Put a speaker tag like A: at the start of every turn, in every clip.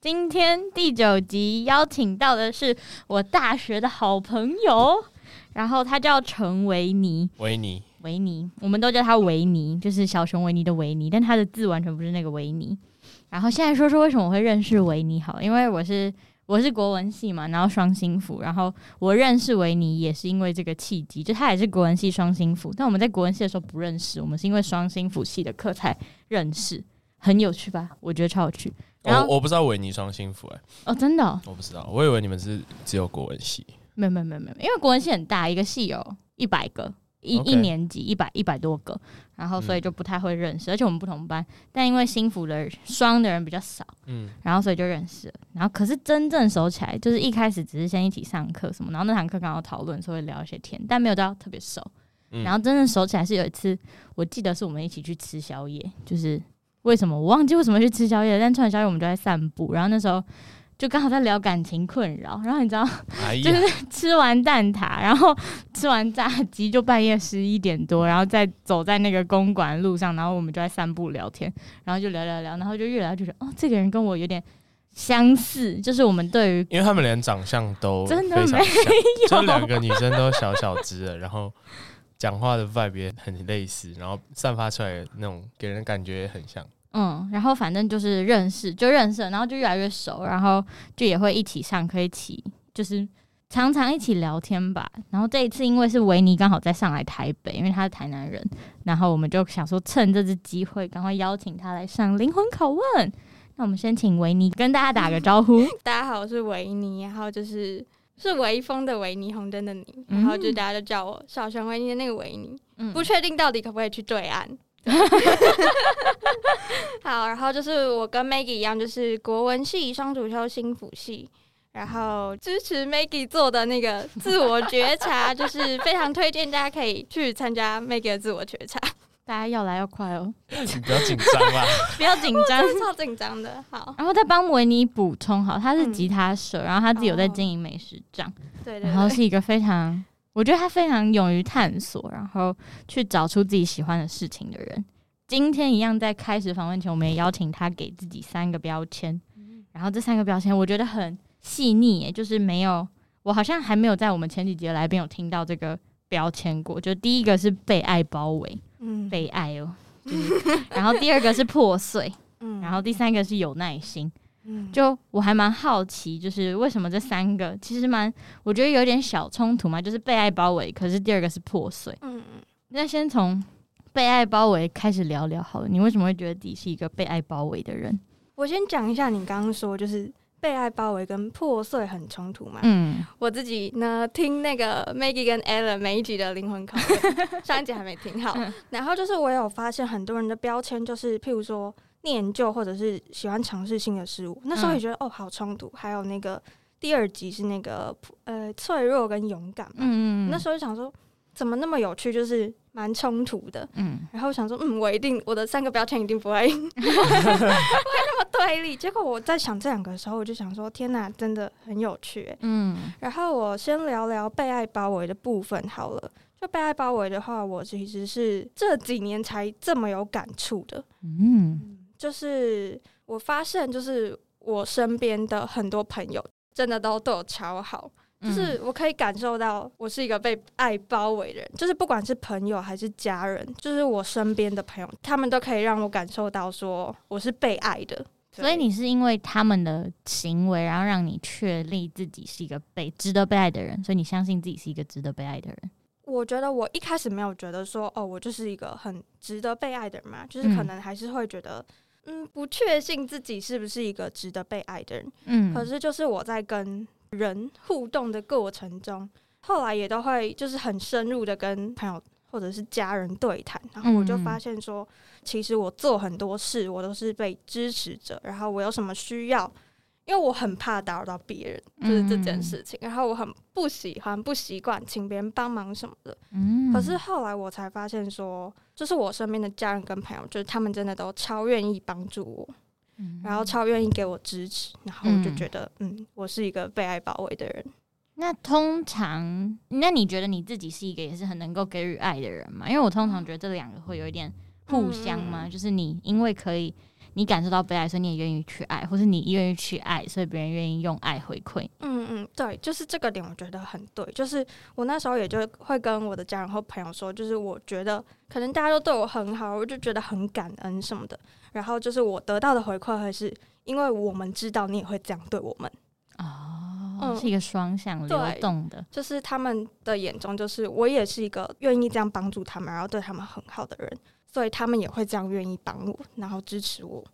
A: 今天第九集邀请到的是我大学的好朋友，然后他叫陈维尼，
B: 维尼，
A: 维尼，我们都叫他维尼，就是小熊维尼的维尼，但他的字完全不是那个维尼。然后现在说说为什么我会认识维尼好，因为我是我是国文系嘛，然后双心辅，然后我认识维尼也是因为这个契机，就他也是国文系双心辅，但我们在国文系的时候不认识，我们是因为双心辅系的课才认识，很有趣吧？我觉得超有趣。然
C: 我
A: 后
C: 我不知道维尼双幸福哎、
A: 哦，真的哦、
C: 哦我不知道，我以为你们是只有国文系。
A: 没有没有没有没有，因为国文系很大，一个系有一百个，一
C: OK
A: 一年级一百一百多个，然后所以
C: 嗯
A: 就不太会认识，而且我们不同班，但因为新辅的双的人比较少，
C: 嗯，
A: 然后所以就认识了。然后可是真正熟起来，就是一开始只是先一起上课什么，然后那堂课刚好讨论，所以会聊一些天，但没有到特别熟。
C: 嗯
A: 然后真正熟起来是有一次，我记得是我们一起去吃宵夜，就是为什么我忘记为什么去吃宵夜了，但吃完宵夜我们就在散步，然后那时候就刚好在聊感情困扰，然后你知道。
C: 哎
A: 就
C: 呀，
A: 是 吃完蛋挞，然后吃完炸鸡，就半夜十一点多，然后再走在那个公馆路上，然后我们就在散步聊天，然后就聊聊聊，然后就越聊就觉得哦，这个人跟我有点相似，就是我们对于
C: 因为他们连长相 都
A: 真的
C: 非常
A: 没
C: 像，就两
A: 有
C: 个女生都小小只的，然后讲话的 vibe 也很类似，然后散发出来的那种给人感觉也很 像。
A: 嗯，然后反正就是认识就认识了，然后就越来越熟，然后就也会一起上课，一起就是常常一起聊天吧。然后这一次因为是维尼刚好在上来台北，因为他是台南人，然后我们就想说趁这次机会赶快邀请他来上灵魂拷问。那我们先请维尼跟大家打个招 呼。
D: 大家好，我是维尼，然后就是是微风的维尼，红灯的你，然后就
A: 嗯
D: 大家就叫我小熊维尼的那个维尼，
A: 嗯
D: 不确定到底可不可以去对岸。 好，然后就是我跟 Maggie 一样，就是国文系、双主修、新辅系，然后支持 Maggie 做的那个自我觉察，就是非常推荐大家可以去参加 Maggie 的自我觉察，
A: 大家要来要快哦，
C: 你不要紧张 啦，
A: 不要紧张。
D: 真的 超紧张的。好，
A: 然后再帮维尼补充好，他是
D: 嗯
A: 吉他手，然后他自己有在
D: 哦
A: 经营美食帐。
D: 对对
A: 然后
D: 对，
A: 是一个非常，我觉得他非常勇于探索，然后去找出自己喜欢的事情的人。今天一样，在开始访问前，我们也邀请他给自己三个标签，
D: 嗯
A: 然后这三个标签我觉得很细腻耶，就是没有，我好像还没有在我们前几集的来宾有听到这个标签过。就第一个是被爱包围，
D: 嗯
A: 被爱哦，就是、然后第二个是破碎，
D: 嗯
A: 然后第三个是有耐心。
D: 嗯
A: 就我还蛮好奇，就是为什么这三个其实蛮，我觉得有点小冲突嘛，就是被爱包围，可是第二个是破碎。
D: 嗯。
A: 那先从被爱包围开始聊聊好了，你为什么会觉得自己是一个被爱包围的人？
D: 我先讲一下你刚刚说，就是被爱包围跟破碎很冲突嘛。
A: 嗯，
D: 我自己呢，听那个 Maggie 跟 Ellen 每一集的灵魂拷问，上一集还没听好。然后就是我有发现很多人的标签，就是譬如说念旧或者是喜欢尝试新的事物，那时候也觉得、哦好冲突。还有那个第二集是那个呃脆弱跟勇敢嘛，
A: 嗯
D: 那时候就想说怎么那么有趣，就是蛮冲突的。
A: 嗯
D: 然后我想说，嗯，我一定我的三个标签一定不会不会那么对立。结果我在想这两个的时候，我就想说，天哪，真的很有趣欸。
A: 嗯
D: 然后我先聊聊被爱包围的部分好了。就被爱包围的话，我其实是这几年才这么有感触的。
A: 嗯
D: 就是我发现，就是我身边的很多朋友真的都对我超好，就是
A: 嗯
D: 我可以感受到我是一个被爱包围的人，就是不管是朋友还是家人，就是我身边的朋友，他们都可以让我感受到说我是被爱的。对
A: 所以你是因为他们的行为，然后让你确立自己是一个被值得被爱的人，所以你相信自己是一个值得被爱的人。
D: 我觉得我一开始没有觉得说，哦，我就是一个很值得被爱的人嘛，就是可
A: 嗯
D: 能还是会觉得，嗯，不确信自己是不是一个值得被爱的人。
A: 嗯
D: 可是就是我在跟人互动的过程中，后来也都会就是很深入的跟朋友或者是家人对谈，然后我就
A: 嗯嗯
D: 发现说，其实我做很多事，我都是被支持者，然后我有什么需要。因为我很怕打扰到别人，就是这
A: 嗯
D: 件事情。然后我很不喜欢、不习惯请别人帮忙什么的。
A: 嗯
D: 可是后来我才发现说，就是我身边的家人跟朋友，就是他们真的都超愿意帮助我，然后超愿意给我支持，然后我就
A: 嗯
D: 觉得，嗯，我是一个被爱包围的人。
A: 那通常，那你觉得你自己是一个也是很能够给予爱的人吗？因为我通常觉得这两个会有一点互相嘛，就是你因为可以，你感受到被爱，所以你也愿意去爱，或是你愿意去爱，所以别人愿意用爱回馈你。
D: 嗯嗯，对，就是这个点，我觉得很对。就是我那时候也就会跟我的家人或朋友说，就是我觉得可能大家都对我很好，我就觉得很感恩什么的。然后就是我得到的回馈，还是因为我们知道你也会这样对我们，
A: 哦，
D: 嗯
A: 是一个双向流
D: 对
A: 动的。
D: 就是他们的眼中，就是我也是一个愿意这样帮助他们，然后对他们很好的人，所以他们也会这样愿意帮我，然后支持我。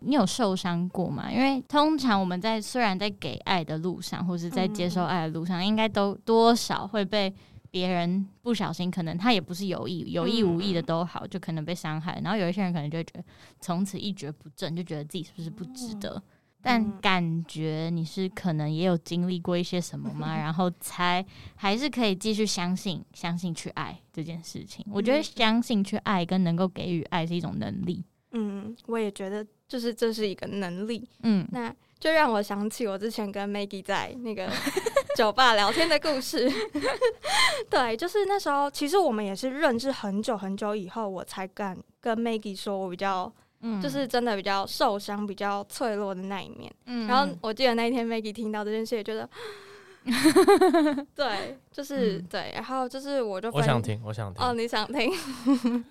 A: 你有受伤过吗？因为通常我们在虽然在给爱的路上，或是在接
D: 嗯
A: 受爱的路上，应该都多少会被别人不小心，可能他也不是有意，有意无意
D: 嗯
A: 的都好，就可能被伤害。然后有一些人可能就会觉得从此一蹶不振，就觉得自己是不是不
D: 哦
A: 值得。
D: 嗯
A: 但感觉你是可能也有经历过一些什么 吗？然后才还是可以继续相信，相信去爱这件事情。我觉得
D: 嗯
A: 相信去爱跟能够给予爱是一种能力。
D: 嗯，我也觉得，就是这是一个能力。
A: 嗯，
D: 那就让我想起我之前跟 Maggie 在那 个酒吧聊天的故事。 对，就是那时候，其实我们也是认识很久很久以后，我才敢跟 Maggie 说我比较，
A: 嗯
D: 就是真的比较受伤、比较脆弱的那一面。
A: 嗯
D: 然后我记得那一天 Maggie 听到这件事，也 觉得，对，就是、
A: 嗯
D: 对，然后就是我就
C: 我
D: 分
C: 想听，我想
D: 哦，
C: 听。
D: 你想听，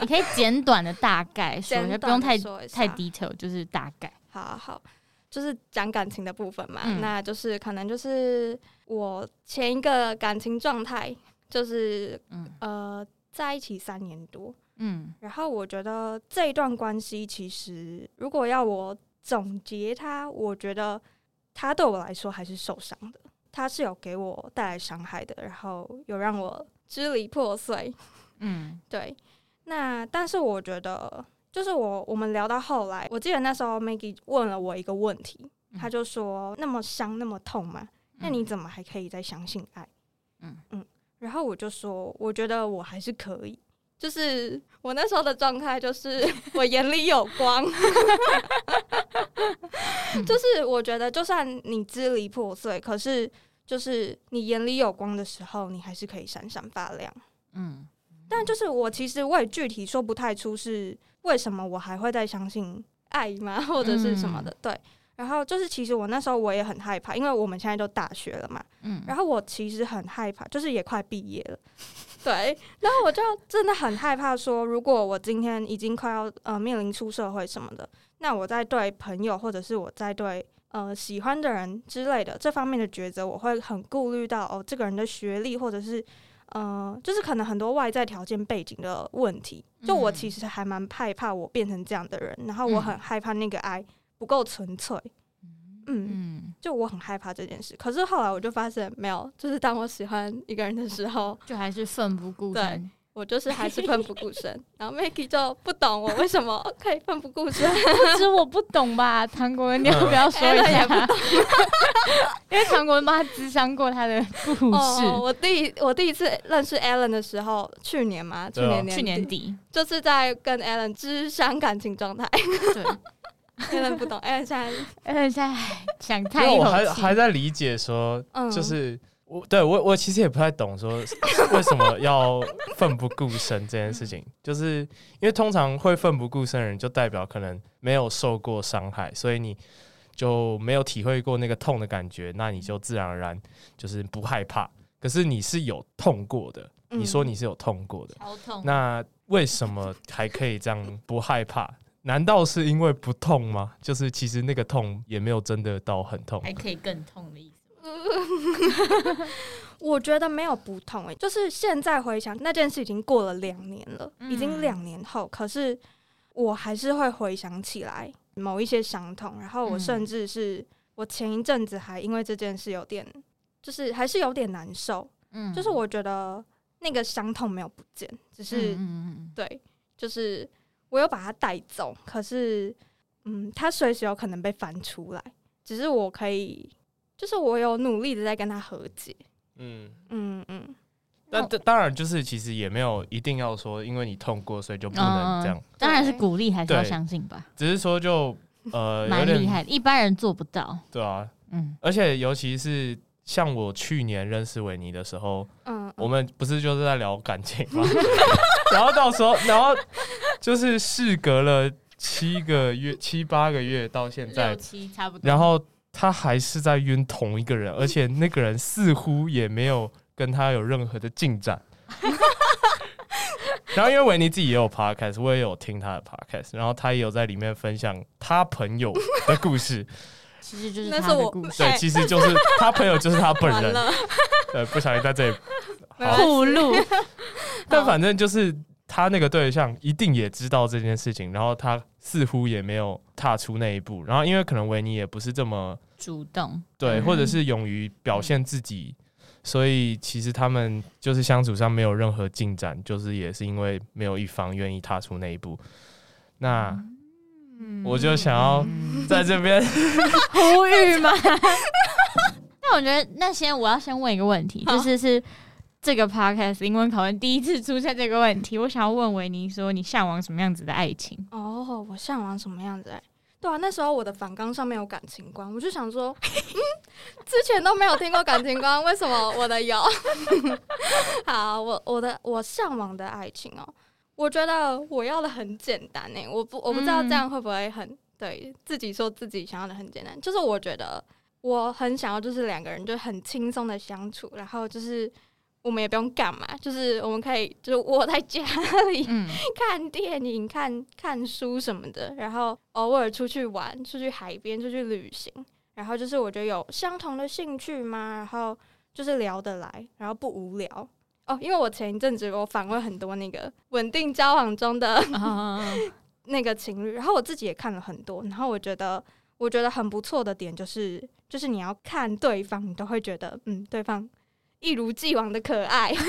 A: 你可以简短的大概说，
D: 简
A: 就不
D: 短
A: 用
D: 地
A: 太
D: 说一
A: 太
D: 下
A: detail，就是大概。
D: 好啊好，就是讲感情的部分嘛，
A: 嗯
D: 那就是可能就是我前一个感情状态，就是
A: 嗯
D: 呃在一起三年多，
A: 嗯
D: 然后我觉得这一段关系其实如果要我总结它，我觉得它对我来说还是受伤的，它是有给我带来伤害的，然后有让我支离破碎，
A: 嗯
D: 对，那但是我觉得，就是我我们聊到后来，我记得那时候 Maggie 问了我一个问题，
A: 嗯
D: 他就说：“那么伤，那么痛吗？那你怎么还可以再相信爱？”
A: 嗯
D: 然后我就说：“我觉得我还是可以。”就是我那时候的状态，就是我眼里有光，
A: 嗯
D: 就是我觉得，就算你支离破碎，可是就是你眼里有光的时候，你还是可以闪闪发亮。
A: 嗯
D: 但就是我其实我也具体说不太出是为什么我还会再相信爱吗， 或者是什么的。对，然后就是其实我那时候我也很害怕，因为我们现在都大学了嘛，
A: 嗯，
D: 然
A: 后
D: 后我其实很害怕，就是也快毕业 了，对，然后我就真的很害怕说，如果我今天已经快要呃面临出社会什么的，那我在对朋友或者是我在对呃喜欢的人之类的这方面的抉择，我会很顾虑到哦这个人的学历或者是。呃，就是可能很多外在条件背景的问题，就我
A: 嗯
D: 其实还蛮害怕我变成这样的人，然后我
A: 嗯
D: 很害怕那个爱不够纯粹，嗯
A: 嗯，
D: 就我很害怕这件事。可是后来我就发现，没有，就是当我喜欢一个人的时候，
A: 就还是奋不顾 身。
D: 我就是还是奋不顾身。然后 Maggie 就不懂我为什么可以奋不顾身，
A: 不止我不懂吧，唐国文，你要不要说
D: 哎
A: 一下？ 因为唐国文帮他咨商过他的故
D: 哦，
A: 事，
D: 我第一我第一次认识 Alan 的时候，去年嘛，去
C: 对啊
D: 年年底
A: 去年底，
D: 就是在跟 Alan 智商感情状态。
A: 对，
D: Alan 不懂，Alan 现在
A: 而且唉哎想
C: 因
A: 叹
C: 为
A: 一
C: 我
A: 口
C: 还
A: 气，
C: 还在理解说，
D: 嗯
C: 就是我对我我其实也不太懂说 为什么要奋不顾身这件 事情，就是因为通常会奋不顾身的人，就代表可能没有受过伤害，所以你就没有体会过那个痛的感觉，那你就自然而然就是不害怕。可是你是有痛过的，
D: 嗯
C: 你说你是有痛过的，
A: 超痛
C: 那为什么还可以这样不害怕？ 难道是因为不痛吗？就是其实那个痛也没有真的到很痛，
A: 还可以更痛的意思。
D: 我觉得没有不同诶、就是现在回想那件事已经过了两年了，
A: 嗯
D: 已经两年后，可是我还是会回想起来某一些伤痛，然后我
A: 嗯
D: 甚至是、我前一阵子还因为这件事有点，就是还是有点难受，
A: 嗯
D: 就是我觉得那个伤痛没有不见，只是、
A: 嗯嗯
D: 对，就是我有把它带走，可是嗯，它随时有可能被翻出来。只是我可以，就是我有努力的在跟他和解。
C: 嗯，
D: 嗯嗯，
C: 但但当然就是其实也没有一定要说，因为你痛过所以就不能这样，
A: 嗯当然是鼓励，还是要
C: 对
A: 相信吧，
C: 只是说就 呃
A: 嗯
C: 有
A: 蛮厉
C: 点
A: 害的，一般人做不到。
C: 对啊，
A: 嗯，
C: 而且尤其是像我去年认识维尼的时候，
D: 嗯，
C: 我们不是就是在聊感情吗？ 然后到时候，然后就是事隔了七个月、七八个月到现在，
A: 七差不
C: 然后他还是在晕同一个 人，而且那个人似乎也没有跟他有任何的进 展。然后因为维尼自己也有 podcast，我也有听他的 podcast，然后他也有在里面分享他朋友的故 事。
A: 其实就是
D: 那
A: 他
D: 是
A: 的
D: 我
A: 故事。
C: 对，
D: 哎
C: 其实就是他朋友就是他本
D: 完
C: 人。
D: 了，
C: 对，不小心在这里。
D: 没
C: 好
D: 关系
A: 铺 路，
C: 但反正就是他那个对象一定也知道这件事情，然后他似乎也没有踏出那一步。然后因为可能维尼也不是这么
A: 主动，
C: 对，
A: 嗯
C: 或者是勇于表现自己，所以其实他们就是相处上没有任何进展，就是也是因为没有一方愿意踏出那一步。那我就想要在这边
A: 呼吁 吗？那我觉得，那先我要先问一个问题，
D: 好
A: 就是是这个 podcast 英文考问第一次出现这个问题，我想要问维尼说，你向往什么样子的爱情？
D: 哦，我向往什么样子、哎，对啊，那时候我的反纲上面有感情观，我就想说，嗯，之前都没有听过感情观，为什么我的有？ 好，我我的我向往的爱情哦，我觉得我要的很简单哎、我不我不知道这样会不会很、对自己说自己想要的很简单，就是我觉得我很想要就是两个人就很轻松的相处，然后就是。我们也不用干嘛，就是我们可以就是窝在家里，
A: 嗯，
D: 看电影、看看书什么的，然后偶尔出去玩、出去海边、出去旅行，然后就是我觉得有相同的兴趣嘛，然后就是聊得来，然后不无聊。哦，因为我前一阵子我访问很多那个稳定交往中的
A: 嗯哦
D: 那个情侣，然后我自己也看了很多，然后我觉得我觉得很不错的点就是，就是你要看对方，你都会觉得嗯，对方一如既往的可爱。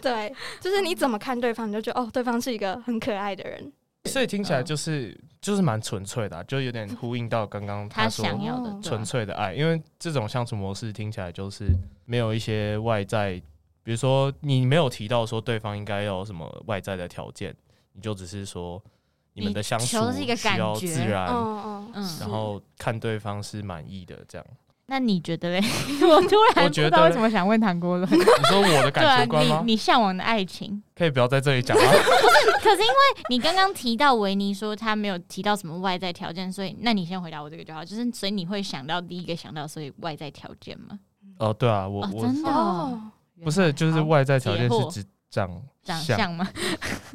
D: 对，就是你怎么看对方，你就
A: 嗯
D: 觉得哦，对方是一个很可爱的人。
C: 所以听起来就是、就是蛮纯粹的啊、就有点呼应到刚刚
A: 他
C: 说
A: 想要的
D: 哦
A: 对啊吧
C: 纯粹的爱，因为这种相处模式听起来就是没有一些外在，比如说你没有提到说对方应该要有什么外在的条件，你就只是说你们的相处需
A: 求的是一个感
C: 要
A: 觉
C: 自然，
D: 嗯嗯，
A: 嗯
D: 是
C: 然后看对方是满意的这样。
A: 那你觉 得嘞？ 我突然
C: 我
A: 不知
C: 觉得
A: 道为什么想问唐国伦，
C: 你说我
A: 对
C: 的 感
A: 啊，
C: 情观吗？
A: 你你向往的爱情，
C: 可以不要在这 里讲吗？
A: 可是因为你刚刚提到维尼说他没有提到什么外在条件，所以那你先回答我这个就好。就是所以你会想到第一个想到所以外在条件吗？
C: 哦，对啊，我、
A: 哦，
C: 我
A: 真的哦
D: 哦，
C: 不是就是
A: 好
C: 外在条件
A: 解
C: 是
A: 惑
C: 指长
A: 长相吗？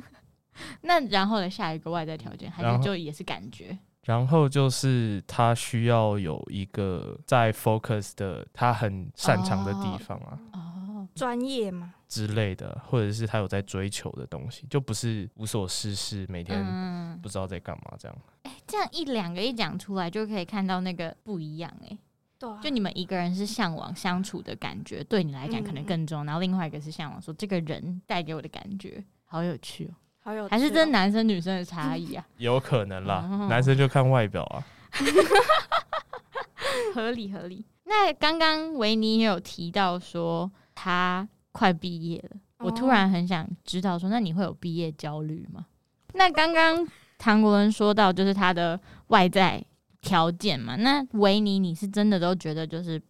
A: 那然后呢？下一个外在条件还
C: 然
A: 是
C: 后
A: 就也是感觉
C: 然后就是他需要有一个在 focus 的他很擅长的地方啊、
A: 哦，
D: 专业嘛，
C: 之类的，或者是他有在追求的东西，就不是无所事事，每天
A: 嗯，
C: 不知道在干嘛这样。
A: 这样一两个一讲出来就可以看到那个不一样哎、
D: 对啊，
A: 就你们一个人是向往相处的感觉，对你来讲可能
D: 嗯
A: 更重要，然后另外一个是向往说这个人带给我的感觉，好有趣哦，
D: 好有趣哦，
A: 还是真男生女生的差异啊，
C: 有可能啦，
A: 哦
C: 男生就看外表啊。
A: 合理合理。那刚刚维尼也有提到说他快毕业了，
D: 哦
A: 我突然很想知道说，那你会有毕业焦虑吗？那刚刚唐国伦说到就是他的外在条件嘛，那维尼你是真的都觉得就是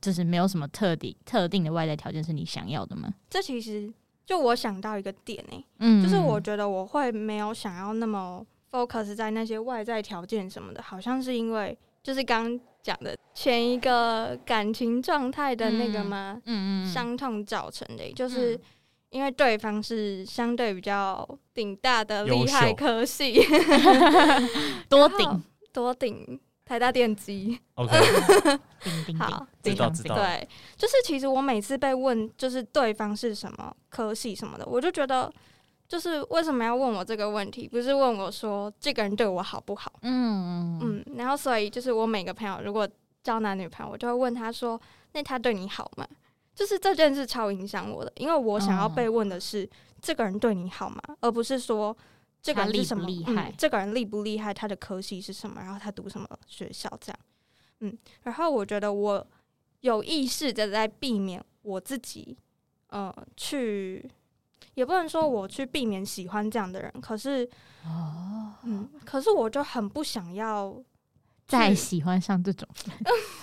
A: 就是没有什么特定特定的外在条件是你想要的吗？
D: 这其实就我想到一个点哎、
A: 嗯
D: 就是我觉得我会没有想要那么 focus 在那些外在条件什么的，好像是因为就是刚讲的前一个感情状态的那个吗？
A: 嗯嗯
D: 伤痛造成的，就是
A: 嗯
D: 因为对方是相对比较顶大的
C: 优
D: 厉害
C: 秀
D: 科系，
A: 多
D: 然后
A: 顶
D: 多顶台大电机，
C: OK，
A: 顶顶顶
D: 好，
C: 知道知道
D: 对，就是其实我每次被问就是对方是什么科系什么的，我就觉得就是为什么要问我这个问题，不是问我说这个人对我好不好？
A: 嗯嗯
D: 嗯，然后所以就是我每个朋友如果交男女朋友，我就会问他说，那他对你好吗？就是这件事超影响我的，因为我想要被问的是、这个人对你好吗，而不是说。这个人
A: 他
D: 是
A: 厉
D: 什
A: 不
D: 么
A: 厉
D: 嗯
A: 害
D: 这个人厉不厉害，他的科系是什么，然后他读什么学校这样。嗯，然后我觉得我有意识的在避免我自己，呃，去也不能说我去避免喜欢这样的人，可是，
E: 哦，
D: 嗯，可是我就很不想要
A: 再
D: 是
A: 喜欢上这种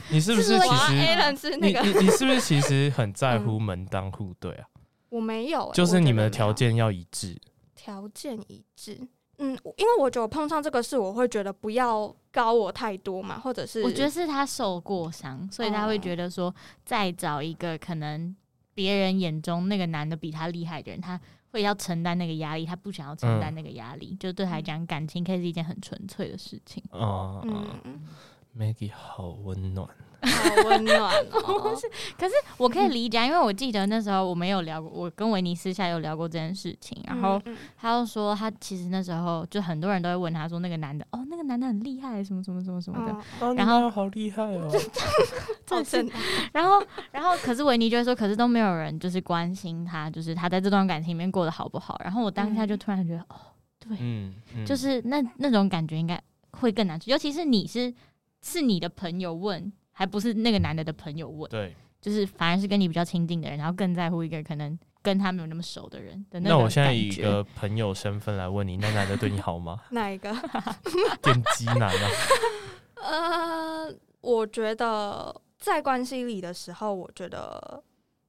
C: 你是不是
D: 我
C: 其
D: 要
C: 实
D: Alan 是那
C: 你
D: 个
C: 你你是不是其实很在乎门当户对啊？
D: 我没有欸、
C: 就是
D: 我觉
C: 你
D: 得
C: 们的
D: 没
C: 条
D: 有
C: 件要一致。
D: 条件一致。嗯，我因为我觉得我碰上这个事，我会觉得不要高我太多嘛，或者是哦
A: 我觉得是他受过伤，所以他会觉得说，再找一个可能别人眼中那个男的比他厉害的人，他会要承担那个压力，他不想要承
D: 嗯
A: 担那个压力，就对他来讲，感情可以是一件很纯粹的事情。
C: 啊、
D: 嗯，
C: m a g g i e 好温暖。
D: 好温暖 哦。
A: 我
D: 嗯
A: 可以理解啊，因为我记得那时候我们有聊过，我跟维尼私下有聊过这件事情，然后
D: 嗯，嗯
A: 他就说，他其实那时候就很多人都会问他说，那个男的，哦，那个男的很厉害，什么什么什么什么的，
D: 嗯
C: 哦，
A: 然后
C: 你妈好厉害哦！
A: 这
D: 好
A: 是
D: 真的
A: 然后， 然后，可是维尼就会说，可是都没有人就是关心他，就是他在这段感情里面过得好不好。然后我当下就突然觉得，哦，对，
C: 嗯，嗯
A: 就是那那种感觉应该会更难受，尤其是你是是你的朋友问，还不是那个男的的朋友问，
C: 对。
A: 就是反而是跟你比较亲近的人，然后更在乎一个可能跟他没有那么熟的人的
C: 那
A: 种
C: 我现在
A: 感
C: 以一
A: 觉
C: 个朋友身份来问你，那男的对你好吗？
D: 哪一个？
C: 电击男啊，
D: 呃，我觉得在关系里的时候，我觉得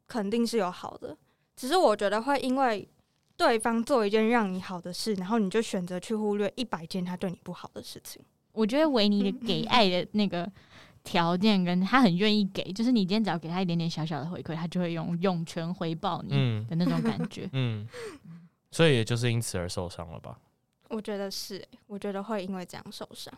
D: 肯定是有好的，只是我觉得会因为对方做一件让你好的事，然后你就选择去忽略一百件他对你不好的事情。
A: 我觉得维尼的给爱的那个条件，跟他很愿意给，就是你今天只要给他一点点小小的回馈，他就会用用全回报你。
C: 嗯，
A: 的那种感觉
C: 嗯，所以也就是因此而受伤了吧？
D: 我觉得是欸，我觉得会因为这样受伤。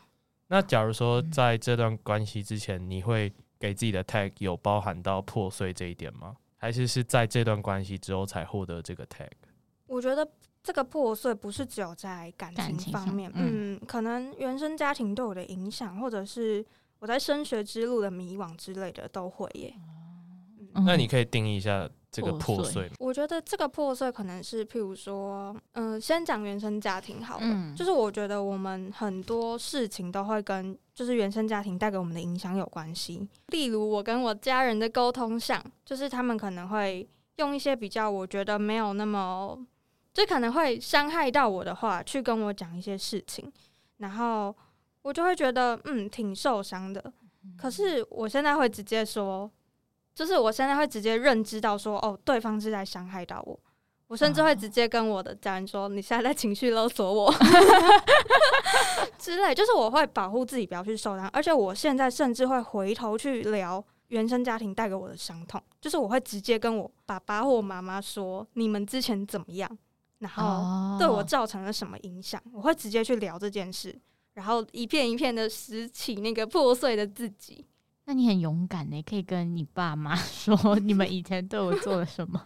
C: 那假如说
D: 嗯
C: 在这段关系之前，你会给自己的 tag 有包含到破碎这一点吗？还是是在这段关系之后才获得这个 tag？
D: 我觉得这个破碎不是只有在感
A: 感情
D: 情方
A: 上
D: 面，
A: 嗯
D: 嗯，可能原生家庭对我的影响，或者是我在升学之路的迷惘之类的都会耶。
A: 嗯
C: 那你可以定义一下这个破
A: 破碎
C: 碎吗？
D: 我觉得这个破碎可能是，譬如说，嗯、先讲原生家庭好了，
A: 嗯
D: 就是我觉得我们很多事情都会跟就是原生家庭带给我们的影响有关系。例如我跟我家人的沟通上，就是他们可能会用一些比较我觉得没有那么，就可能会伤害到我的话去跟我讲一些事情，然后我就会觉得嗯挺受伤的。
A: 嗯
D: 可是我现在会直接说，就是我现在会直接认知到说，哦，对方是在伤害到我。我甚至会直接跟我的家人说：“你现在在情绪勒索我之类。”就是我会保护自己不要去受伤，而且我现在甚至会回头去聊原生家庭带给我的伤痛，就是我会直接跟我爸爸或我妈妈说：“你们之前怎么样？”然后
A: 哦
D: 对我造成了什么影响，我会直接去聊这件事，然后一片一片的拾起那个破碎的自己。
A: 那你很勇敢欸呢，可以跟你爸妈说你们以前对我做了什 么。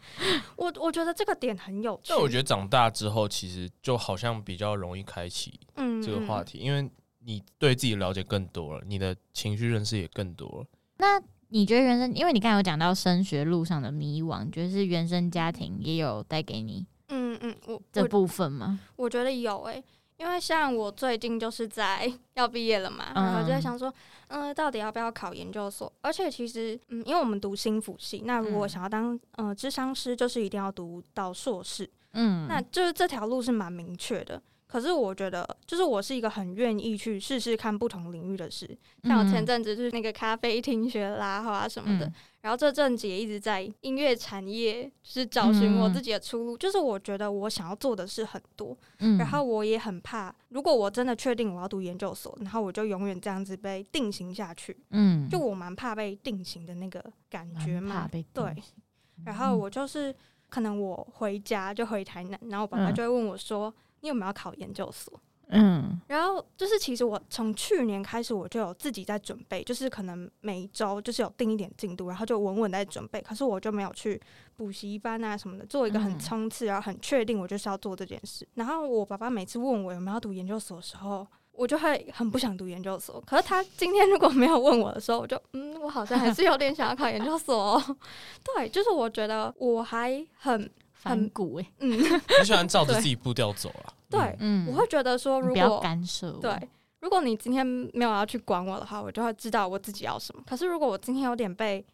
D: 我我觉得这个点很有趣。
C: 但我觉得长大之后，其实就好像比较容易开启
D: 嗯
C: 这个话，题，因为你对自己了解更多了，你的情绪认识也更多 了。
A: 那你觉得原生，因为你刚才有讲到升学路上的迷惘，你觉得是原生家庭也有带给你
D: 嗯嗯，嗯我
A: 这
D: 我
A: 部分吗？
D: 我觉得有诶、因为像我最近就是在要毕业了嘛，
A: 嗯
D: 然后就在想说，嗯、到底要不要考研究所？而且其实，嗯，因为我们读心辅系，那如果
A: 嗯
D: 想要当呃智商师，就是一定要读到硕士。
A: 嗯，
D: 那就是这条路是蛮明确的。可是我觉得，就是我是一个很愿意去试试看不同领域的事，像我前阵子去那个咖啡厅学拉花什么的，
A: 嗯
D: 然后这阵子也一直在音乐产业，就是找寻我
A: 嗯
D: 自己的出路。就是我觉得我想要做的事很多，
A: 嗯
D: 然后我也很怕，如果我真的确定我要读研究所，然后我就永远这样子被定型下去，
A: 嗯，
D: 就我蛮怕被定型的那个感
A: 蛮
D: 觉嘛
A: 怕。被
D: 对
A: 定型
D: 然后我就是可能我回家就回台南，然后我爸爸
A: 嗯
D: 就会问我说：“你有没有要考研究所
A: 嗯？”
D: 然后就是其实我从去年开始我就有自己在准备，就是可能每一周就是有定一点进度，然后就稳稳地在准备。可是我就没有去补习班啊什么的，做一个很
A: 嗯
D: 冲刺，然后很确定我就是要做这件事。然后我爸爸每次问我有没有要读研究所的时候。我就会很不想读研究所，可是他今天如果没有问我的时候，我就嗯，我好像还是有点想要考研究所哦、对，就是我觉得我还很
A: 反骨哎，
D: 嗯，
C: 你喜欢照着自己步调走啊？
D: 对，
A: 嗯，
D: 我会觉得说，如
A: 不要
D: 果
A: 干涉我，
D: 对，如果你今天没有要去管我的话，我就会知道我自己要什么。可是如果我今天有点被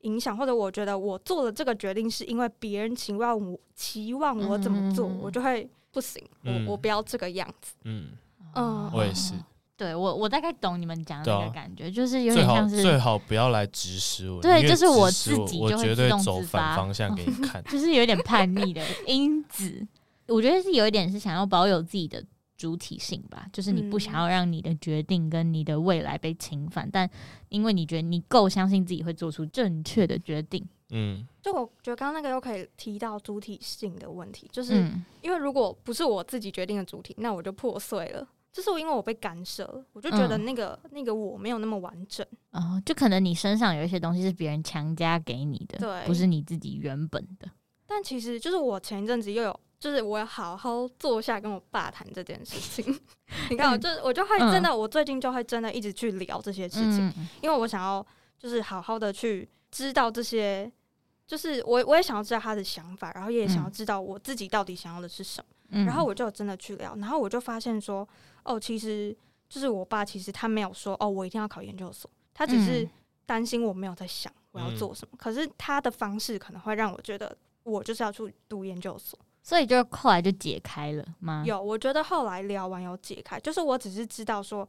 D: 影响，或者我觉得我做的这个决定是因为别人期望我期望我怎么做，
A: 嗯
D: 我就会不行，
C: 嗯
D: 我我不要这个样子。
C: 嗯，
D: 嗯
C: 我也是，
A: 对我我大概懂你们讲的那
C: 对
A: 个
C: 啊
A: 感觉，就是有
C: 最
A: 点
C: 好
A: 像
C: 最
A: 是，
C: 好不要来指使我，
A: 对
C: 你越
A: 就是我
C: 指使
A: 自己
C: 我
A: 就会
C: 绝
A: 自
C: 对
A: 动
C: 走
A: 自
C: 反
A: 发。
C: 方向给你看
A: 就是有点叛逆 的因子。我觉得是有一点是想要保有自己的主体性吧，就是你不想
D: 嗯
A: 要让你的决定跟你的未来被侵犯，但因为你觉得你够相信自己会做出正确的决定，
C: 嗯，
D: 就我觉得刚刚那个又可以提到主体性的问题，就是
A: 嗯
D: 因为如果不是我自己决定的主体，那我就破碎了。就是因为我被干涉了，我就觉得
A: 嗯
D: 那个、那个我没有那么完整。
A: 哦，就可能你身上有一些东西是别人强加给你的，
D: 对
A: 不是你自己原本的。
D: 但其实就是我前一阵子又有，就是我有好好坐下跟我爸谈这件事情。
A: 嗯
D: 你看，我就我就会真的，我最近就会真的一直去聊这些事情，
A: 嗯
D: 因为我想要就是好好的去知道这些，就是我我也想要知道他的想法，然后也想要
A: 嗯
D: 知道我自己到底想要的是什么。
A: 嗯
D: 然后我就真的去聊，然后我就发现说，哦，其实就是我爸其实他没有说哦，我一定要考研究所，他只是
A: 嗯
D: 担心我没有在想我要做什么。可是他的方式可能会让我觉得我就是要去读研究所。
A: 所以就后来就解开了吗？
D: 有，我觉得后来聊完有解开，就是我只是知道说，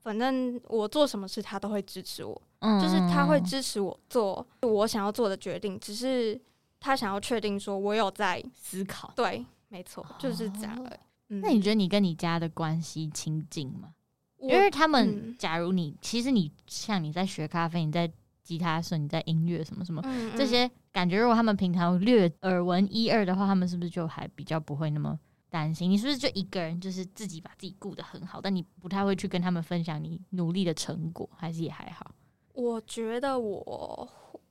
D: 反正我做什么事他都会支持我，
A: 嗯，
D: 就是他会
A: 嗯
D: 支持我做我想要做的决定，只是他想要确定说我有在
A: 思考。
D: 对，没错，就是这样
A: 哦
D: 而已。嗯
A: 那你觉得你跟你家的关系亲近吗？
D: 我
A: 因为他们，
D: 嗯
A: 假如你、其实你像你在学咖啡，你在吉他社，你在音乐什么什么、
D: 嗯
A: 这
D: 嗯
A: 些，感觉如果他们平常略耳闻一二的话，他们是不是就还比较不会那么担心？你是不是就一个人就是自己把自己顾得很好，但你不太会去跟他们分享你努力的成果，还是也还好？
D: 我觉得我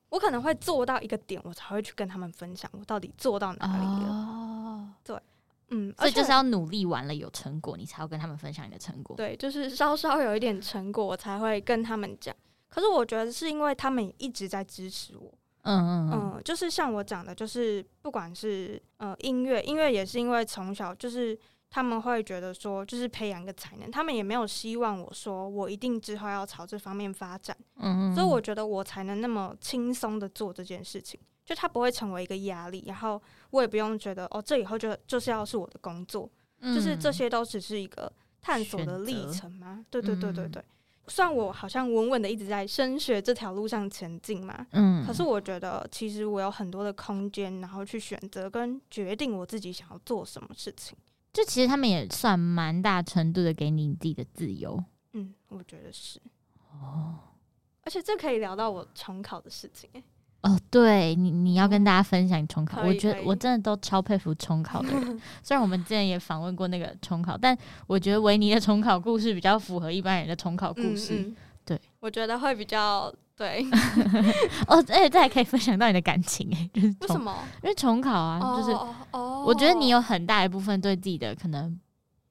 D: 我可能会做到一个点，我才会去跟他们分享我到底做到哪里了。
A: 哦，
D: 嗯，
A: 所
D: 而
A: 以
D: 且
A: 就是要努力完了有成果，你才要跟他们分享你的成果。
D: 对，就是稍稍有一点成果，我才会跟他们讲。可是我觉得是因为他们也一直在支持我，
A: 嗯嗯嗯
D: 嗯、就是像我讲的，就是不管是呃音乐，音乐也是因为从小就是他们会觉得说，就是培养一个才能，他们也没有希望我说我一定之后要朝这方面发展，
A: 嗯嗯，
D: 所以我觉得我才能那么轻松的做这件事情，就它不会成为一个压力，然后我也不用觉得哦，这以后就就是要是我的工作，就是这
A: 嗯
D: 些都只是一个探索的
A: 选
D: 历
A: 择
D: 程嘛。对对对对
A: 嗯
D: 对，虽然我好像稳稳的一直在升学这条路上前进嘛，
A: 嗯，
D: 可是我觉得其实我有很多的空间，然后去选择跟决定我自己想要做什么事情。
A: 就其实他们也算蛮大程度的给你自己的自由
D: 嗯，我觉得是，
A: 哦
D: 而且这可以聊到我重考的事情、欸。
A: 哦，对你你要跟大家分享重考，
D: 可以
A: 我觉得
D: 可以
A: 我真的都超佩服重考的 人。虽然我们之前也访问过那个重考，但我觉得维尼的重考故事比较符合一般人的重考故事、
D: 嗯嗯、
A: 对，
D: 我觉得会比较对。
A: 哦，而且这还可以分享到你的感情哎，就是
D: 为什
A: 重，
D: 么？
A: 因为重考啊，就是
D: 哦哦，
A: 我觉得你有很大一部分对自己的可能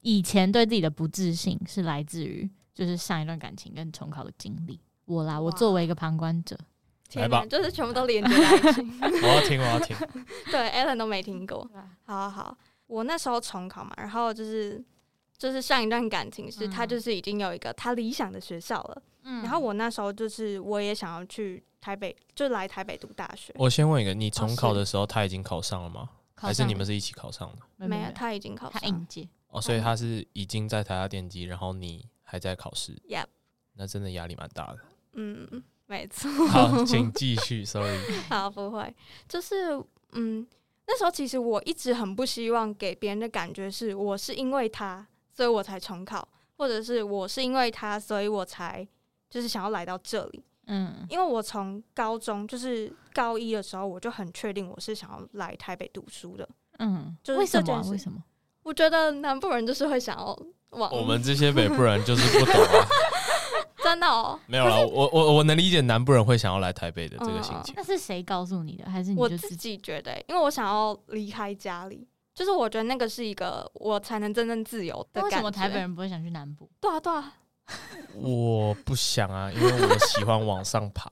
A: 以前对自己的不自信是来自于就是上一段感情跟重考的经历。我啦，我
D: 哇
A: 作为一个旁观者，
D: 天
C: 来吧
D: 哪就是全部都连接在一起。
C: 我要听，我要听。
D: 对 a l a n 都没听过。
A: 啊
D: 好好好，我那时候重考嘛，然后就是就是上一段感情是他
A: 嗯
D: 就是已经有一个他理想的学校了，
A: 嗯
D: 然后我那时候就是我也想要去台北，就来台北读大学。
C: 我先问一个，你
A: 哦
C: 重
A: 是
C: 考的时候他已经考上了吗？
A: 考
C: 还是
A: 上
C: 你
A: 了
C: 们是一起考上的？
A: 没
D: 没
A: 有
D: 有，他已经考
A: 他
D: 上
A: 应。届，
C: 哦，所以
A: 嗯
C: 他是已经在台大电机，然后你还在考试。
D: Yep
C: 那真的压力蛮 大的。
D: 嗯，没错。
C: 好，请继续。Sorry，
D: 好，不会，就是嗯，那时候其实我一直很不希望给别人的感觉是我是因为他，所以我才重考，或者是我是因为他，所以我才就是想要来到这里。
A: 嗯
D: 因为我从高中就是高一的时候，我就很确定我是想要来台北读书的。
A: 嗯，
D: 就是
A: 为什么
D: 这件
A: 啊？
D: 事
A: 为什么？
D: 我觉得南部人就是会想要往
C: 我们这些北部人就是不懂 啊。
D: 真的哦，
C: 没有啦，我我我能理解南部人会想要来台北的这个
D: 嗯
C: 心情。
A: 那是谁告诉你的？还是你
D: 我
A: 就
D: 自
A: 己？
D: 己觉得，欸因为我想要离开家里，就是我觉得那个是一个我才能真正自由的
A: 那
D: 感
A: 为
D: 觉。
A: 什么台北？人不会想去南 部？
D: 对啊对啊，
A: 嗯
C: 我不想啊，因为我喜欢往上爬。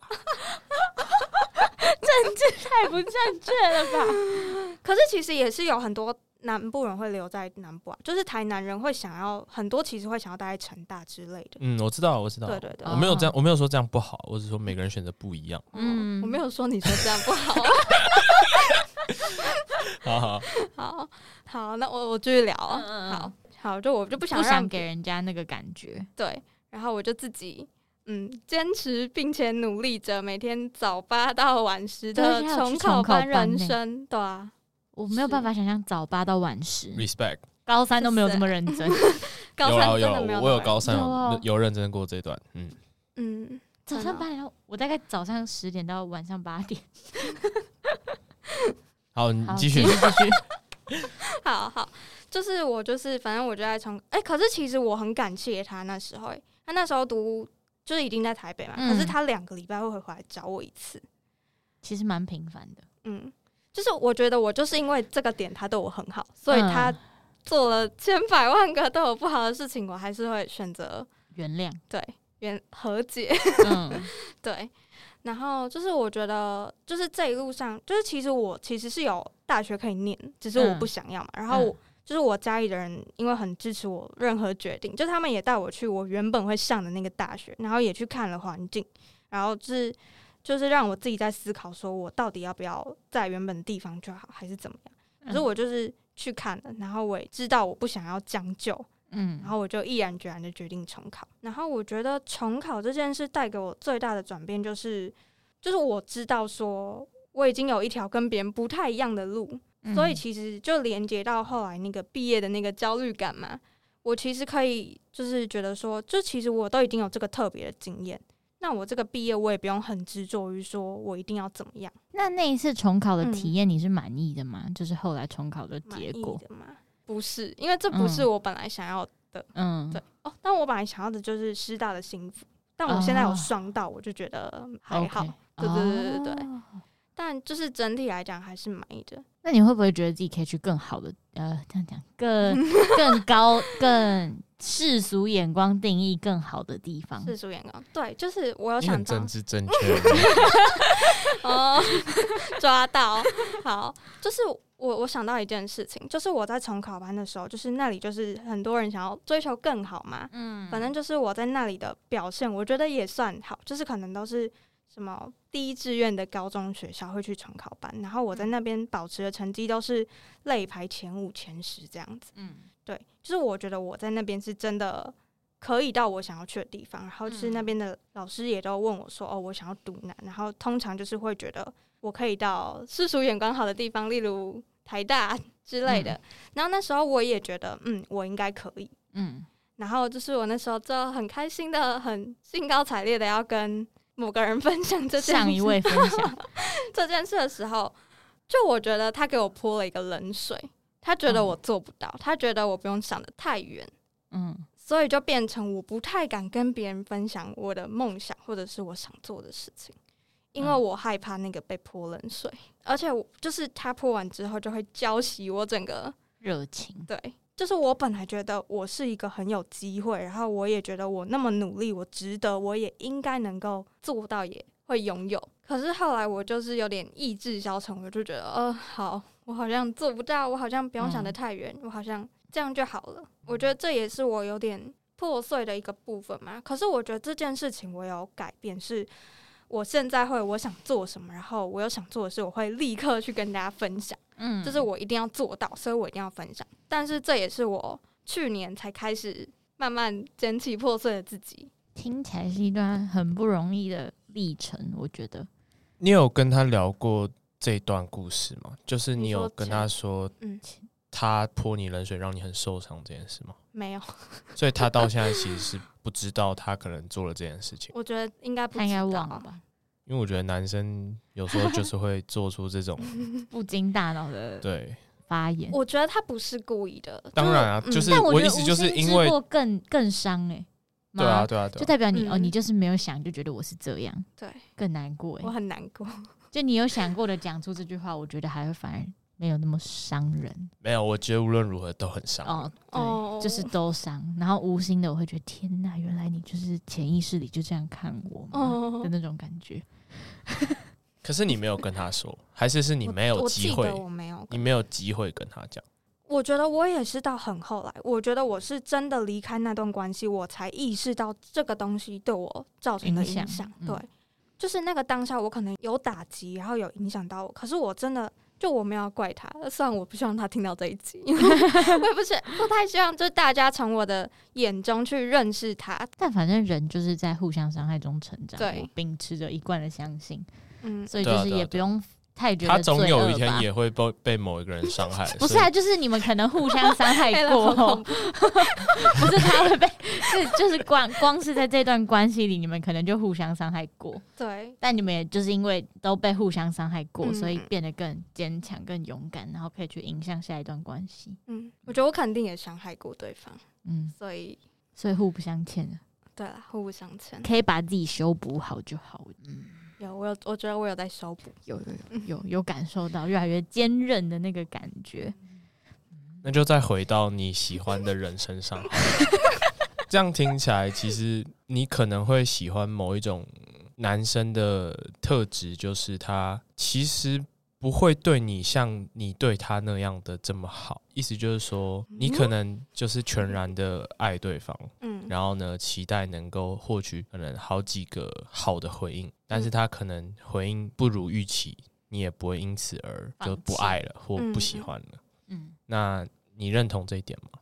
A: 太不正确了吧？啊
D: 嗯可是其实也是有很多南部人会留在南部啊，就是台南人会想要很多，其实会想要待在成大之类的。
C: 嗯，我知道，我知道，
D: 对对对，
A: 哦
C: 我没有这样，我没有说这样不好，我只是说每个人选择不一 样。
D: 嗯，我没有说你说这样不好。
C: 好好，
D: 好好，那我我继续聊啊。
A: 嗯嗯
D: 好好，就我就不想
A: 不
D: 让
A: 想给人家那个感觉。
D: 对，然后我就自己嗯坚持并且努力着，每天早八到晚十
A: 对
D: 的
A: 现在有去
D: 重
A: 重
D: 考
A: 考
D: 班
A: 班
D: 人
A: 呢
D: 生，对啊。
A: 我没有
D: 是
A: 办法想象早八到晚十，
C: respect，
A: 高三都没有这么认 真，
D: 高
C: 有
D: 三
C: 啦
D: 真的没
C: 有，
D: 有哦
C: 我有
D: 那么
C: 高三
A: 有
C: 有
A: 啊
C: 有认真过这段，嗯，
D: 嗯，
A: 早上
D: 真的哦
A: 八点到，我大概早上十点到晚上八点。
C: 好，你
D: 嗯
A: 好，
C: 继续
A: 继，续。
D: 好好，就是我就是反正我就在重哎、可是其实我很感谢他那时候、欸，他那时候读就是已经在台北嘛，可是
A: 嗯
D: 他两个礼拜会回来找我一次，
A: 其实蛮频繁的，
D: 嗯，就是我觉得我就是因为这个点他对我很好，所以他
A: 嗯
D: 做了千百万个对我不好的事情，我还是会选择
A: 原谅。
D: 对原和解，
A: 嗯，
D: 对，然后就是我觉得，就是这一路上，就是其实我其实是有大学可以念，只是我
A: 嗯
D: 不想要嘛。然后我、
A: 嗯
D: 就是我家里的人，因为很支持我任何决定，就是他们也带我去我原本会上的那个大学，然后也去看了环境，然后就是就是让我自己在思考，说我到底要不要在原本的地方就好，还是怎么样？
A: 嗯
D: 可是我就是去看了，然后我也知道我不想要将就，
A: 嗯，
D: 然后我就毅然决然的决定重考。然后我觉得重考这件事带给我最大的转变就是，就是我知道说我已经有一条跟别人不太一样的路，
A: 嗯
D: 所以其实就连接到后来那个毕业的那个焦虑感嘛。我其实可以就是觉得说，就其实我都已经有这个特别的经验，那我这个毕业我也不用很执着于说我一定要怎么样
A: 那那一次重考的
D: 嗯
A: 体验你是满意的吗？就是后来重考的
D: 满
A: 结
D: 意
A: 果，
D: 的嘛。不是，因为这不是
A: 嗯
D: 我本来想要
A: 嗯，
D: 对哦，但我本来想要的就是师大的幸福，但我现在有
A: 哦
D: 双到，我就觉得还好。
A: OK
D: 对对对对对
A: 哦
D: 但就是整体来讲还是满意的。
A: 那你会不会觉得自己可以去更好的？呃，这样讲更更高、更世俗眼光定义更好的地方？
D: 世俗眼光，对，就是我有
C: 你
D: 想
C: 很
D: 到
C: 政治 正确，
D: 哦， 抓到，好，就是我我想到一件事情，就是我在重考班的时候，就是那里就是很多人想要追求更好嘛，
A: 嗯
D: 反正就是我在那里的表现，我觉得也算好，就是可能都是什么第一志愿的高中学校会去重考班，然后我在那边保持的成绩都是类排前五、前十这样子。
A: 嗯
D: 对，就是我觉得我在那边是真的可以到我想要去的地方，然后就是那边的老师也都问我说，哦，我想要读哪，然后通常就是会觉得我可以到世俗眼光好的地方，例如台大 之类的。然后那时候我也觉得，嗯，我应该可以。
A: 嗯，
D: 然后就是我那时候就很开心的、很兴高采烈的要跟某个人 分享这件
A: 上一
D: 事
A: 位分享，
D: 这件事的时候，就我觉得他给我泼了一个冷水，他觉得我做不到，他觉得我不用想的太远，
A: 嗯
D: 所以就变成我不太敢跟别人分享我的梦想或者是我想做的事情，因为
A: 嗯
D: 我害怕那个被泼冷水，而且我就是他泼完之后就会浇熄我整个
A: 热情，
D: 对，就是我本来觉得我是一个很有机会，然后我也觉得我那么努力，我值得，我也应该能够做到，也会拥有。可是后来我就是有点意志消沉，我就觉得，呃，好，我好像做不到，我好像不用想得
A: 嗯
D: 太远，我好像这样就好了。我觉得这也是我有点破碎的一个部分嘛。可是我觉得这件事情我有改变，是我现在会我想做什么，然后我有想做的事，我会立刻去跟大家分享。
A: 嗯，
D: 这是我一定要做到，所以我一定要分享。但是这也是我去年才开始慢慢捡起破碎的自己。
A: 听起来是一段很不容易的历程，我觉得，
C: 你有跟他聊过这段故事吗？就是
D: 你
C: 你有
D: 说
C: 跟
D: 前
C: 他说
D: 嗯，
C: 他泼你冷水让你很受伤这件事吗？
D: 没有，
C: 所以他到现在其实是不知道他可能做了这件事情，
D: 我觉得应该不
A: 他应该
D: 知道啊
A: 忘了吧？
C: 因为我觉得男生有时候就是会做出这 种
A: 不经大脑的
C: 对，
A: 发言，
D: 我觉得他不是故意的，
C: 当然啊，
D: 嗯
C: 就是
A: 但
C: 我
A: 觉
C: 意
A: 得
C: 思
A: 无
C: 就是
A: 心
C: 因
A: 之
C: 为
A: 过更更伤哎，
C: 对啊，，对啊，对
A: 就
C: 啊，
A: 代表你哦，
D: 嗯
A: 你就是没有想就觉得我是这样，
D: 对
A: 更难过哎
D: 嗯我，很难过。
A: 就你有想过的讲出这句话，我觉得还会反而没有那么伤人
C: 没有，我觉得无论如何都很伤。
A: 哦，对，
D: 哦
A: 就是都伤。然后无心的我会觉得天哪，原来你就是潜意识里就这样看我嘛
D: 哦
A: 的，那种感觉。
C: 可是你没有跟他说，还是是你没有
D: 我
C: 机
D: 记
C: 会
D: 得，我没有跟，
C: 你没有机会跟他讲。
D: 我觉得我也是到很后来，我觉得我是真的离开那段关系，我才意识到这个东西对我造成的
F: 影响
D: 影响。
A: 嗯
D: 对，就是那个当下，我可能有打击，然后有影响到我，可是我真的。就我没有要怪他，虽然我不希望他听到这一集， 因为我也不是不太希望，就是大家从我的眼中去认识他。
A: 但反正人就是在互相伤害中成长，
D: 对
A: 我秉持着一贯的相信，
D: 嗯，
A: 所以
C: 对
A: 就
C: 啊
A: 是
C: 对啊
A: 也不用太觉
C: 他
A: 得罪
C: 总有一
A: 恶
C: 天
A: 吧。
C: 也会被被某一个人伤害。
A: 不是
C: 所以
A: 啊，就是你们可能互相伤害
D: 哎
A: 过
D: 那好
A: 后
D: 恐，
A: 不是他会被，是就是光光是在这段关系里，你们可能就互相伤害过，
D: 对，
A: 但你们也就是因为都被互相伤害过，
D: 嗯
A: 所以变得更坚强、更勇敢，然后可以去影响下一段关系。
D: 嗯，我觉得我肯定也伤害过对方，
A: 嗯，
D: 所以
A: 所以互不相欠啊，
D: 对啦，互不相欠。
A: 可以把自己修补好就好。嗯，
D: 有，我有，我觉得我有在修补。
A: 有有有有有感受到越来越坚韧的那个感觉。
C: 那就再回到你喜欢的人身上。 这样听起来，其实你可能会喜欢某一种男生的特质，就是他其实不会对你像你对他那样的这么好。意思就是说，你可能就是全然的爱对方，
D: 嗯，
C: 然后呢，期待能够获取可能好几个好的回应，但是他可能回应不如预期，你也不会因此而就不爱了或不喜欢了。
A: 嗯，
C: 那你认同这一点吗？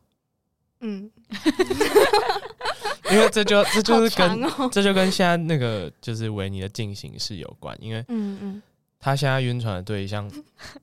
D: 嗯，
C: 因为这就这 就
D: 好
C: 是跟、
D: 长 哦。
C: 这就跟现在那个就是维尼的进行是有关，因为
D: 嗯嗯，
C: 他现在晕船的对象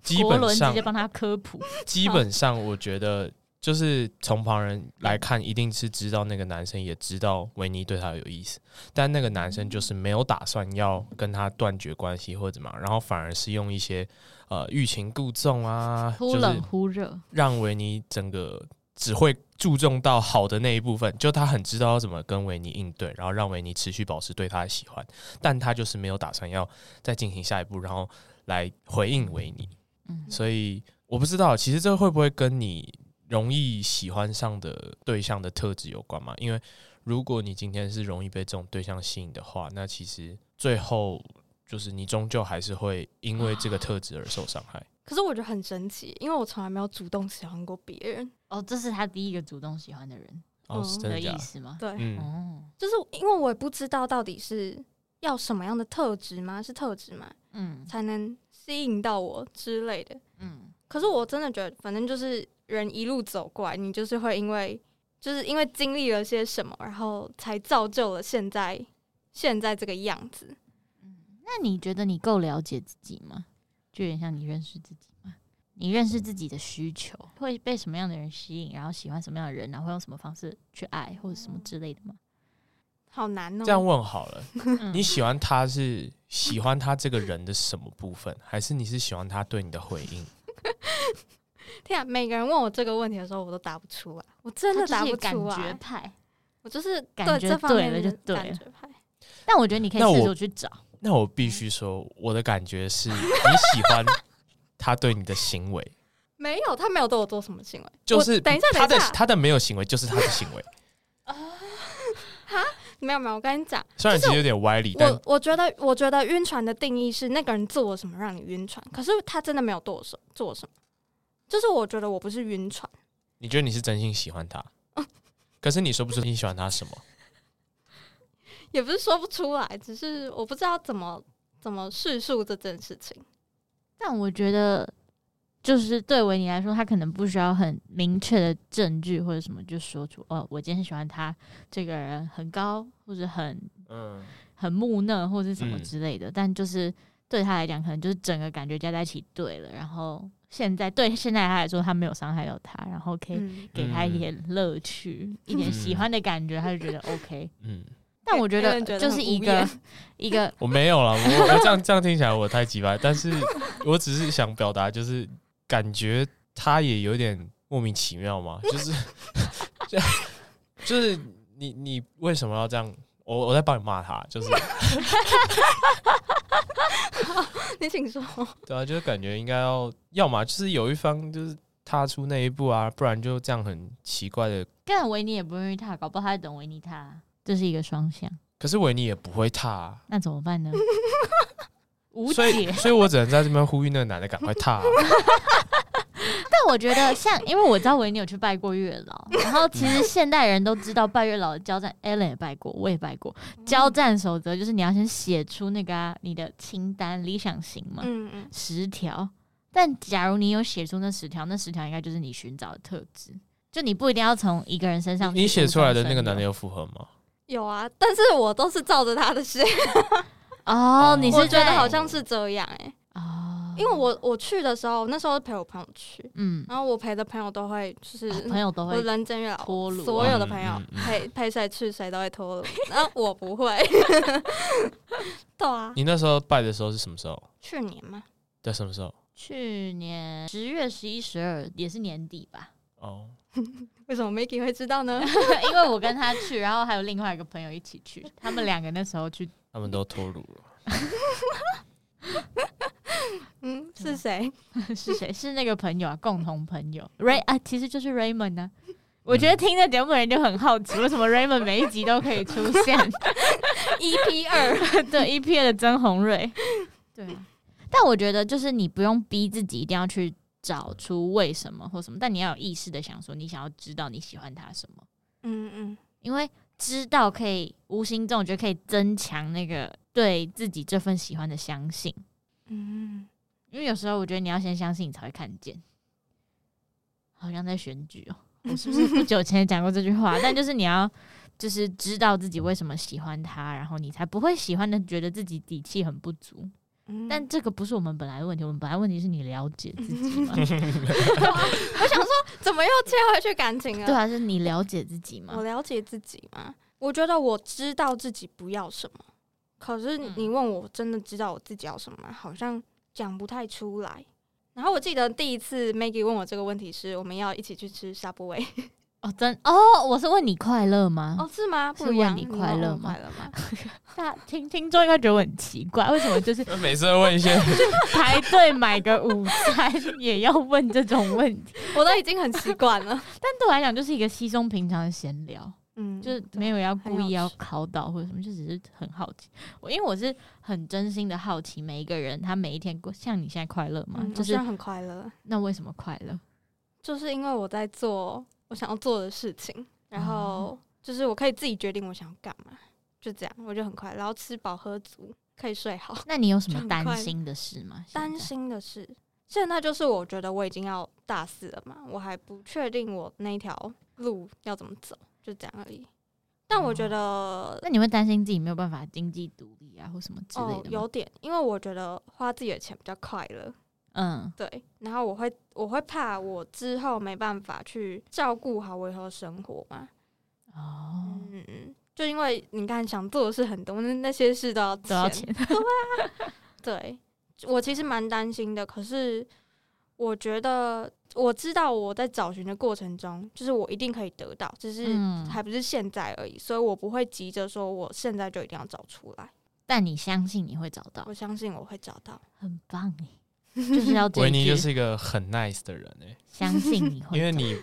C: 基
A: 国
C: 本
A: 伦直
C: 上
A: 接帮他科普，
C: 基本上我觉得就是从旁人来看，一定是知道那个男生也知道维尼对他有意思，但那个男生就是没有打算要跟他断绝关系或者怎么样，然后反而是用一些呃欲擒故纵啊，
A: 忽
C: 就是
A: 冷忽热。
C: 让维尼整个只会注重到好的那一部分，就他很知道要怎么跟维尼应对，然后让维尼持续保持对他的喜欢，但他就是没有打算要再进行下一步，然后来回应维尼。
A: 嗯，
C: 所以我不知道，其实这会不会跟你容易喜欢上的对象的特质有关嘛？因为如果你今天是容易被这种对象吸引的话，那其实最后就是你终究还是会因为这个特质而受伤害。
D: 可是我觉得很神奇，因为我从来没有主动喜欢过别人。
A: 哦，这是他第一个主动喜欢的人
C: 哦，
D: 嗯
C: 是真
A: 的
C: 的假
A: 意
C: 的？
A: 思吗？
D: 对，
C: 嗯，
A: 哦，
D: 就是因为我也不知道到底是要什么样的特质吗？是特质吗？
A: 嗯
D: 才能吸引到我之类的。
A: 嗯，
D: 可是我真的觉得，反正就是人一路走过来，你就是会因为，就是因为经历了些什么，然后才造就了现在现在这个样子。
A: 那你觉得你够了解自己吗？就有点像你认识自己吗？你认识自己的需求，会被什么样的人吸引，然后喜欢什么样的人，然后会用什么方式去爱，或者什么
D: 嗯
A: 之类的吗？
D: 好难哦、
C: 这样问好了，
A: 嗯
C: 你喜欢他是喜欢他这个人的什么部分，还是你是喜欢他对你的回应？
D: 天啊！每个人问我这个问题的时候，我都答不出来，我真的
A: 他
D: 答
A: 就是
D: 不
A: 一个感
D: 出啊
A: 觉
D: 来。
A: 派，
D: 我就是
A: 感
D: 对
A: 觉
D: 这方面
A: 对了就
D: 的
A: 对
D: 感
A: 了
D: 觉派。
A: 但我觉得你可以
C: 那我
A: 试着去找。
C: 那我必须说，我的感觉是你喜欢他对你的行为，
D: 没有，他没有对我做什么行为。
C: 就
D: 我
C: 是
D: 等一下，
C: 他的
D: 等一下，
C: 他的没有行为就是他的行 为，
D: 没有没有，我跟你讲，
C: 虽然其实有点歪理，但
D: 我我觉得我觉得晕船的定义是那个人做了什么让你晕船，可是他真的没有对我什做什么，就是我觉得我不是晕船，
C: 你觉得你是真心喜欢他，
D: 哦
C: 可是你说不出你喜欢他什么。
D: 也不是说不出来，只是我不知道怎么怎么叙述这件事情。
A: 但我觉得，就是对维尼来说，他可能不需要很明确的证据或者什么，就说出哦，我今天喜欢他这个人很高，或者很
C: 嗯，
A: 很木讷，或者什么
C: 嗯
A: 之类的。但就是对他来讲，可能就是整个感觉加在一起对了。然后现在对现在他来说，他没有伤害到他，然后可以
D: 嗯，
A: 给他一点乐趣，一点喜欢的感觉，他就觉得 OK。
C: 嗯，
A: 但我觉得
D: Alan 觉得
A: 就
D: 很
A: 是一
D: 无
A: 个
D: 言
A: 一 个
C: 我没有了，我我这样这样听起来我太鸡掰，但是我只是想表达，就是感觉他也有点莫名其妙嘛，就是 就就是你你为什么要这样？我我在帮你骂他， 就是
D: 你 请说。
C: 对啊，就是感觉应该要要么就是有一方就是踏出那一步啊，不然就这样很奇怪的。
A: 跟维尼也不愿意踏，搞不好他在等维尼踏，这是一个双向。
C: 可是维尼也不会踏啊、
A: 那怎么办呢？无
C: 所以
A: 解。
C: 所以我只能在这边呼吁那个男的赶快踏啊、
A: 但我觉得像，因为我知道维尼有去拜过月老，然后其实现代人都知道拜月老的交战，Allen 也拜过，我也拜过。交战守则就是你要先写出那个啊、你的清单理想型嘛，
D: 嗯嗯，
A: 十条。但假如你有写出那十条，那十条应该就是你寻找的特质。就你不一定要从一个人身上
C: 你
A: 去
C: 写
A: 无
C: 出来
A: 中
C: 的 那个
A: 生
C: 男的
A: 有
C: 有符合吗？
D: 有啊，但是我都是照着他的写，
A: 哦
C: 哦，
A: 你是
D: 我觉得
A: 在
D: 好像是这样哎、
A: 哦，
D: 因为我我去的时候，那时候是陪我朋友去，
A: 嗯，
D: 然后我陪的朋友都会就是、
A: 啊朋友都
D: 我
A: 会
D: 人真月老
A: 脱乳啊
D: 所有的朋友
C: 嗯嗯嗯
D: 陪陪谁去谁都会脱 乳，然后我不会。 对啊，
C: 你那时候拜的时候是什么时候？
D: 去年嘛，
C: 在什么时候？
A: 去年十月、十一、十二也是年底吧，
C: 哦，
D: 为什么 Maggie 会知道呢？
A: 因为我跟他去，然后还有另外一个朋友一起去，他们两个那时候去，
C: 他们都脱乳了。
A: 对
D: 嗯，
A: 啊
D: 是谁？
A: 是谁？是那个朋友啊，共同朋友 Ray 啊，其实就是 Raymond 啊。我觉得听这节目的人就很好奇，为什么 Raymond 每一集都可以出 现 EP E 二 对 EP 二的曾红瑞，对啊。但我觉得就是你不用逼自己一定要去找出为什么或什么，但你要有意识的想说你想要知道你喜欢他什么。
D: 嗯嗯，
A: 因为知道可以无形中，我觉得可以增强那个对自己这份喜欢的相信。
D: 嗯，
A: 因为有时候我觉得你要先相信，你才会看见。好像在选举哦、
D: 嗯
A: 我是不是不久前也讲过这句话？但就是你要就是知道自己为什么喜欢他，然后你才不会喜欢的觉得自己底气很不足。
D: 嗯
A: 但这个不是我们本来的问题，我们本来问题是你了解自己 吗？
D: 我想说，怎么又切回去感情了？
A: 对啊，是你了解自己
D: 我
A: 吗？
D: 了解自己嘛，我觉得我知道自己不要什么，可是
A: 嗯
D: 你问我真的知道我自己要什么吗，好像讲不太出来。然后我记得第一次 Maggie 问我这个问题是，我们要一起去吃沙波味
A: 哦，真哦，我是问你快乐吗？
D: 哦，是吗？
A: 是
D: 不一样，
A: 问你
D: 问
A: 快乐
D: 我
A: 吗
D: 快乐 吗？
A: 大家听听众应该觉得我很奇怪，为什么就是
C: 每次都问一些，
A: 排队买个午餐 也要问这种问题？
D: 我都已经很习惯了。
A: 但对我来讲，就是一个稀松平常的闲聊，
D: 嗯，
A: 就是
D: 对
A: 没有要
D: 很
A: 故意
D: 有
A: 要
D: 趣
A: 考倒或者什么，就只是很好奇。我因为我是很真心的好奇每一个人他每一天过，像你现在快乐吗？
D: 嗯，
A: 就
D: 我现
A: 是
D: 在很快乐，
A: 那为什么快乐？
D: 就是因为我在做我想要做的事情，然后
A: 哦
D: 就是我可以自己决定我想要干嘛，就这样，我就很快乐，然后吃饱喝足，可以睡好。
A: 那你有什
D: 就
A: 么
D: 很
A: 担
D: 快
A: 心的事吗？现
D: 担
A: 在
D: 心的是，现在就是我觉得我已经要大四了嘛，我还不确定我那条路要怎么走，就这样而已。但我觉得
A: 那你会担心自己没有办法经济独立啊，或什么哦之类
D: 哦
A: 的吗？
D: 有点，因为我觉得花自己的钱比较快乐，
A: 嗯，
D: 对。然后我会我会怕我之后没办法去照顾好我以后的生活嘛，
A: 哦，
D: 嗯嗯，就因为你看想做的事很多，那那些事都要
A: 都要钱，
D: 对我其实蛮担心的，可是我觉得我知道我在找寻的过程中，就是我一定可以得到，只是
A: 嗯
D: 还不是现在而已，所以我不会急着说我现在就一定要找出来。
A: 但你相信你会找到，
D: 我相信我会找到。
A: 很棒 哎，就是要这
C: 维
A: 一
C: 尼
A: 句
C: 就是一个 很 nice 的人哎、
A: 相信你会，
C: 因为你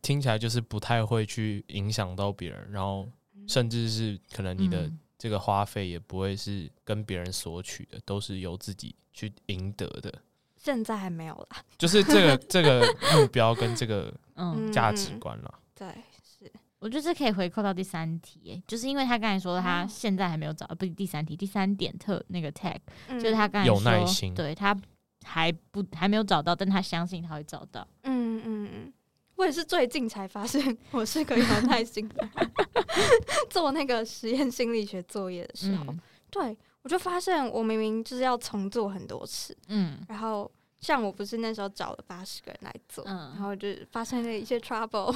C: 听起来就是不太会去影响到别人，然后
D: 嗯
C: 甚至是可能你的
A: 嗯
C: 这个花费也不会是跟别人索取的，都是由自己去赢得的。
D: 现在还没有啦，
C: 就是这个这个目标跟这个
A: 嗯，
D: 嗯
C: 价值观啦。
D: 对，
A: 我觉得这可以回扣到第三题、欸，就是因为他刚才说他
D: 哦
A: 现在还没有找，呃不是第三题，第三点特那个 tag，、
D: 嗯
A: 就是他刚才
C: 有
A: 说
C: 耐心
A: 对他还不还没有找到，但他相信他会找到。
D: 嗯嗯嗯，我也是最近才发现我是 个有耐心的人， 做那个实验心理学作业的时候，
A: 嗯
D: 对我就发现我明明就是要重做很多次，
A: 嗯
D: 然后像我不是那时候找了八十个人来做，
A: 嗯
D: 然后就发生了一些 trouble，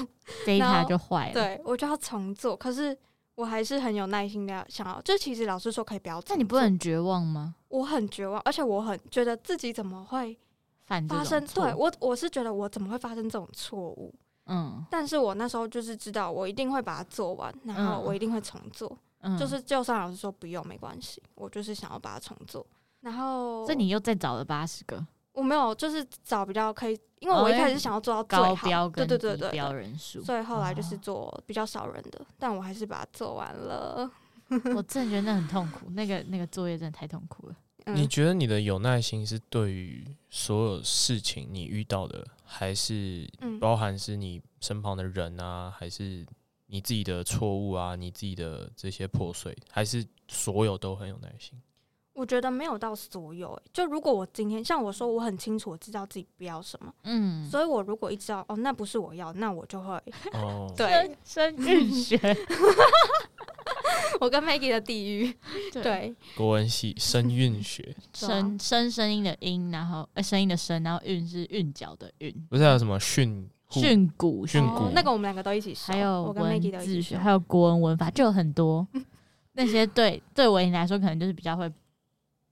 D: 然
A: ，data
D: 后
A: 就坏了。，
D: 对我就要重做，可是我还是很有耐心的想要，就其实老师说可以不要重做，
A: 但你不会很绝望吗？
D: 我很绝望，而且我很觉得自己怎么会
A: 犯这
D: 发
A: 种
D: 生，
A: 错
D: 对，我我是觉得我怎么会发生这种错误，
A: 嗯
D: 但是我那时候就是知道我一定会把它做完，然后
A: 嗯
D: 我一定会重做，
A: 嗯，
D: 就是就算老师说不用没关系，我就是想要把它重做，然后
A: 所以你又再找了八十个
D: 我没有，就是找比较可以，因为
A: 哦
D: 我一
A: 因为
D: 开始想要做到最
A: 高
D: 好，
A: 标
D: 对
A: 跟
D: 对
A: 低
D: 对对
A: 标哦
D: 对，
A: 人数。
D: 所以后来就是做比较少人的，但我还是把它做完了。
A: 哦我真的觉得那很痛苦，那个那个作业真的太痛苦了。
D: 嗯
C: 你觉得你的有耐心是对于所有事情你遇到的，还是
D: 嗯
C: 包含是你身旁的人啊，还是你自己的错误啊，你自己的这些破碎，还是所有都很有耐 心？
D: 我觉得没有到所有、欸就如果我今天像我说，我很清楚我知道自己不要什么，
A: 嗯，
D: 所以我如果一知道哦，那不是我要，那我就会
C: 哦，
D: 对
A: 生日学，
D: 我跟 Maggie 的地狱， 对，
C: 国文系声韵学，
D: 啊
A: 声声声音的音，然后呃声音的声，然后韵是韵脚的韵，
C: 不是还有什么训护
A: 训诂
C: 训
A: 学
C: 诂
D: 哦那个我们两个都一起修，
A: 还有
D: 我跟
A: 文
D: Maggie 都一
A: 字
D: 起
A: 学，
D: 修
A: 还有国文文法，就有很 多那些对对我来说，可能就是比较会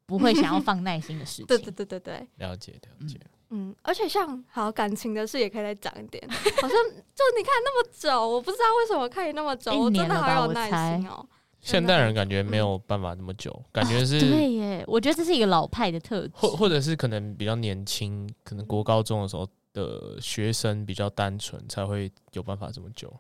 A: 不会想要放耐心的事情。
D: 对对对对对，
C: 了解了解，
D: 嗯，而且像好感情的事也可以再讲一点， 好像就你看那么久，我不知道为什么可以那么久，
A: 一
D: 我
A: 年
D: 真的
A: 了吧
D: 好有
A: 我
D: 耐心哦、
C: 现代人感觉
D: 嗯
C: 没有办法那么久，感觉是、
A: 对耶，我觉得这是一个老派的特质。
C: 或或者是可能比较年轻，可能国高中的时候的学生比较单纯，才会有办法这么久。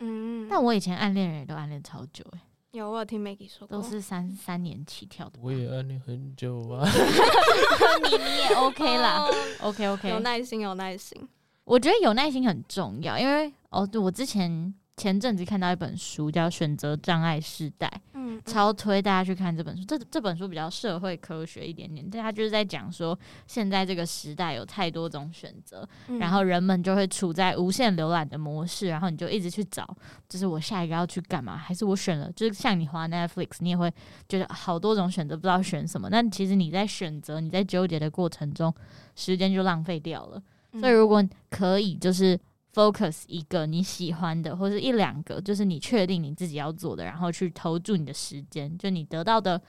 D: 嗯，
A: 但我以前暗恋人也都暗恋超久，哎，
D: 有我有听 Maggie 说过，
A: 都是三三年起跳的吧。
C: 我也暗恋很久啊，
A: 你你也 OK 啦
D: 哦
A: ，OK
D: 有
A: OK。
D: 耐心有耐心，
A: 我觉得有耐心很重要，因为哦，对我之前前阵子看到一本书叫《选择障碍时代》，
D: 嗯，
A: 超推大家去看这本书。这这本书比较社会科学一点点，但它就是在讲说，现在这个时代有太多种选择，
D: 嗯
A: 然后人们就会处在无限浏览的模式，然后你就一直去找，就是我下一个要去干嘛，还是我选了，就是像你滑 Netflix，你也会觉得好多种选择，不知道选什么。但其实你在选择、你在纠结的过程中，时间就浪费掉了。
D: 嗯
A: 所以如果可以，就是 focus 一个你喜欢的，或是一两个，就是你确定你自己要做的，然后去投注你的时间，就你得到的，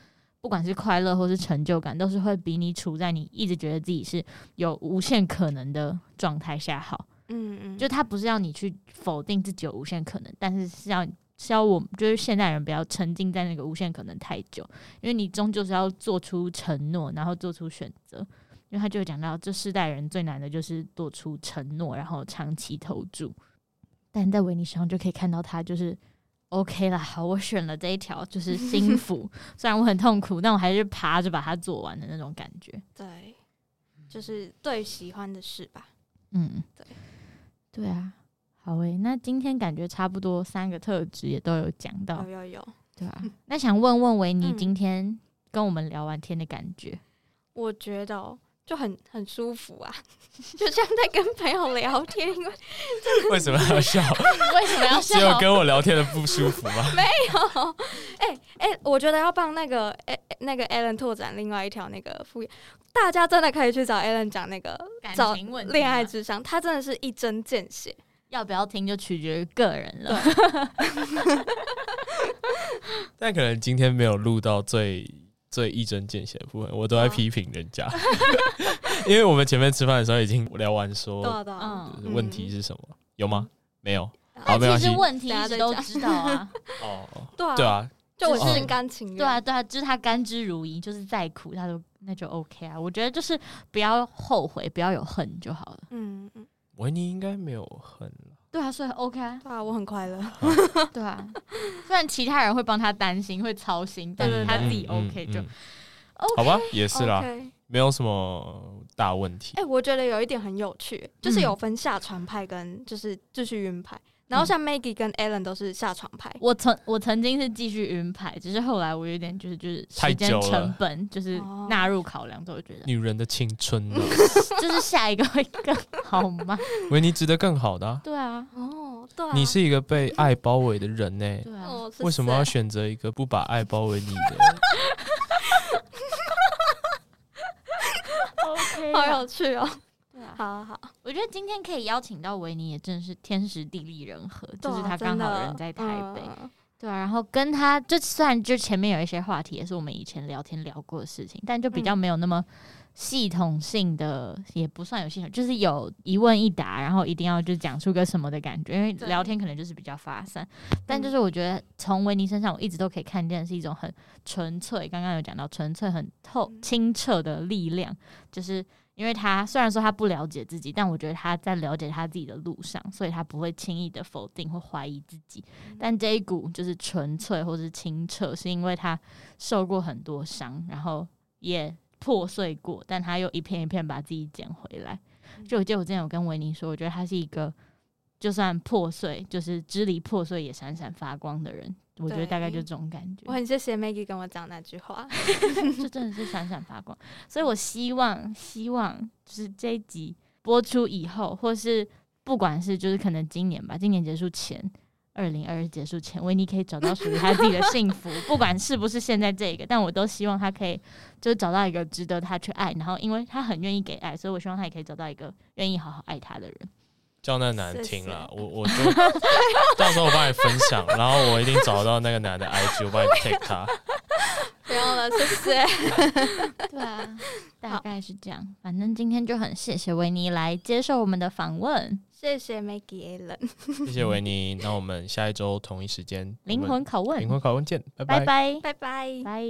A: 不管是快乐或是成就感，都是会比你处在你一直觉得自己是有无限可能的状态下好。
D: 嗯嗯，
A: 就他不是要你去否定自己有无限可能，但是是要是要我们就是现代人不要沉浸在那个无限可能太久，因为你终究是要做出承诺，然后做出选择。因为他就有讲到，这世代人最难的就是做出承诺，然后长期投注。但在维尼身上就可以看到，他就是 OK 啦，好，我选了这一条，就是心 服。虽然我很痛苦，但我还是爬着把它做完的那种感觉。
D: 对，就是对喜欢的事吧。
A: 嗯，
D: 对，
A: 对啊，好诶、那今天感觉差不多三个特质也都有讲到
D: 有，有有，
A: 对啊。那想问问维尼
D: 嗯
A: 今天跟我们聊完天的感觉，
D: 我觉得哦就很很舒服啊， 就像在跟朋友聊天，因为
C: 为什么 要笑？
A: 为什么要
C: 只有跟我聊天的不舒服 吗？
D: 哎哎、我觉得要帮那个哎、哎那个 Alan 拓展另外一条那个副业，大家真的可以去找 Alan 讲那个
A: 感
D: 找
A: 情问题吗
D: 恋爱智商，他真的是一针见血。
A: 要不要听就取决于个人了。
C: 但可能今天没有录到最最一针见血的部分，我都
A: 哦
C: 在批评人家， 因为我们前面吃饭的时候已经聊完说
D: 对啊对啊，
A: 嗯，
C: 就是问题是什么，有吗？没有。好，
A: 但
C: 没关
A: 其
C: 系
A: 实。问题
D: 等
A: 一
D: 下再
A: 直都
D: 讲
A: 知道啊，
C: 哦，哦
D: 哎对啊，
C: 对啊，
D: 就我
A: 只是
D: 心甘情 愿。
A: 对啊，，对啊，就是他甘之如饴，就是再苦他都那就 OK 啊。我觉得就是不要后悔，不要有恨就好了。
D: 嗯嗯，
C: 维尼应该没有很
A: 对啊，所以 OK 啊，
D: 对啊，我很快乐。
A: 对啊。 虽然其他人会帮他担心，会操心，但是
D: 嗯
A: 他自己
C: 嗯
A: OK
C: 嗯
A: 就
C: 嗯
A: OK
C: 好吧，也是啦
D: o，k
C: 没有什么大问题
D: 哎、。我觉得有一点很有趣，就是
A: 嗯
D: 有分下船派跟就是继续晕派，然后像 Maggie 跟 Alan 都是下船派。
A: 我曾我曾经是继续云牌，只是后来我有点就是就是
C: 太
A: 时间
C: 久了
A: 成本就是
D: 哦
A: 纳入考量之后，我觉得
C: 女人的青春啊，
A: 就是下一个会更好吗？
C: 维尼值得更好的啊。
A: 对啊，
D: 哦，对啊，
C: 你是一个被爱包围的人呢、
A: 对啊，
D: 哦，是
C: 为什么要
D: 谁
C: 选择一个不把爱包围你 的？
D: 好有趣哦？
A: 对啊，
D: 好好，
A: 我觉得今天可以邀请到维尼，也真是天时地利人和，就
D: 对啊
A: 是他
D: 真
A: 刚好
D: 的
A: 人在台北，
D: 嗯
A: 对啊，然后跟他就虽然就前面有一些话题也是我们以前聊天聊过的事情，但就比
D: 嗯
A: 较没有那么系统性的，也不算有系统，就是有一问一答，然后一定要就讲出个什么的感觉，因为
D: 对嗯
A: 聊天可能就是比较发散。但就是我觉得从维尼身上，我一直都可以看见的是一种很纯粹，刚刚有讲到纯粹、很透
D: 嗯、
A: 清澈的力量，就是。因为他虽然说他不了解自己，但我觉得他在了解他自己的路上，所以他不会轻易的否定或怀疑自己。
D: 嗯
A: 但这一股就是纯粹或是清澈，是因为他受过很多伤，然后也破碎过，但他又一片一片把自己捡回来。
D: 嗯
A: 就我记得我之前有跟维尼说，我觉得他是一个就算破碎，就是支离破碎也闪闪发光的人。我觉得大概就
D: 对
A: 这种感觉。
D: 我很谢谢 Maggie 跟我讲那句话。
A: 这真的是闪闪发光。所以我希望，希望就是这一集播出以后，或是不管是就是可能今年吧，今年结束前，二零二结束前，维尼可以找到属于他自己的幸福，不管是不是现在这个，但我都希望他可以就是找到一个值得他去爱，然后因为他很愿意给爱，所以我希望他也可以找到一个愿意好好爱他的人。
C: 叫那男的听了，我我就到时候我帮你分享，然后我一定找到那个男的 IG，我帮你 take 他。
D: 不用了，谢谢。
A: 对啊，大概是这样。反正今天就很谢谢维尼来接受我们的访问，
D: 谢谢 Maggie Allen，
C: 谢谢维尼，那我们下一周同一时间
A: 灵魂拷问
C: 灵，魂拷问见，拜
A: 拜拜。
D: 拜拜。
A: 拜。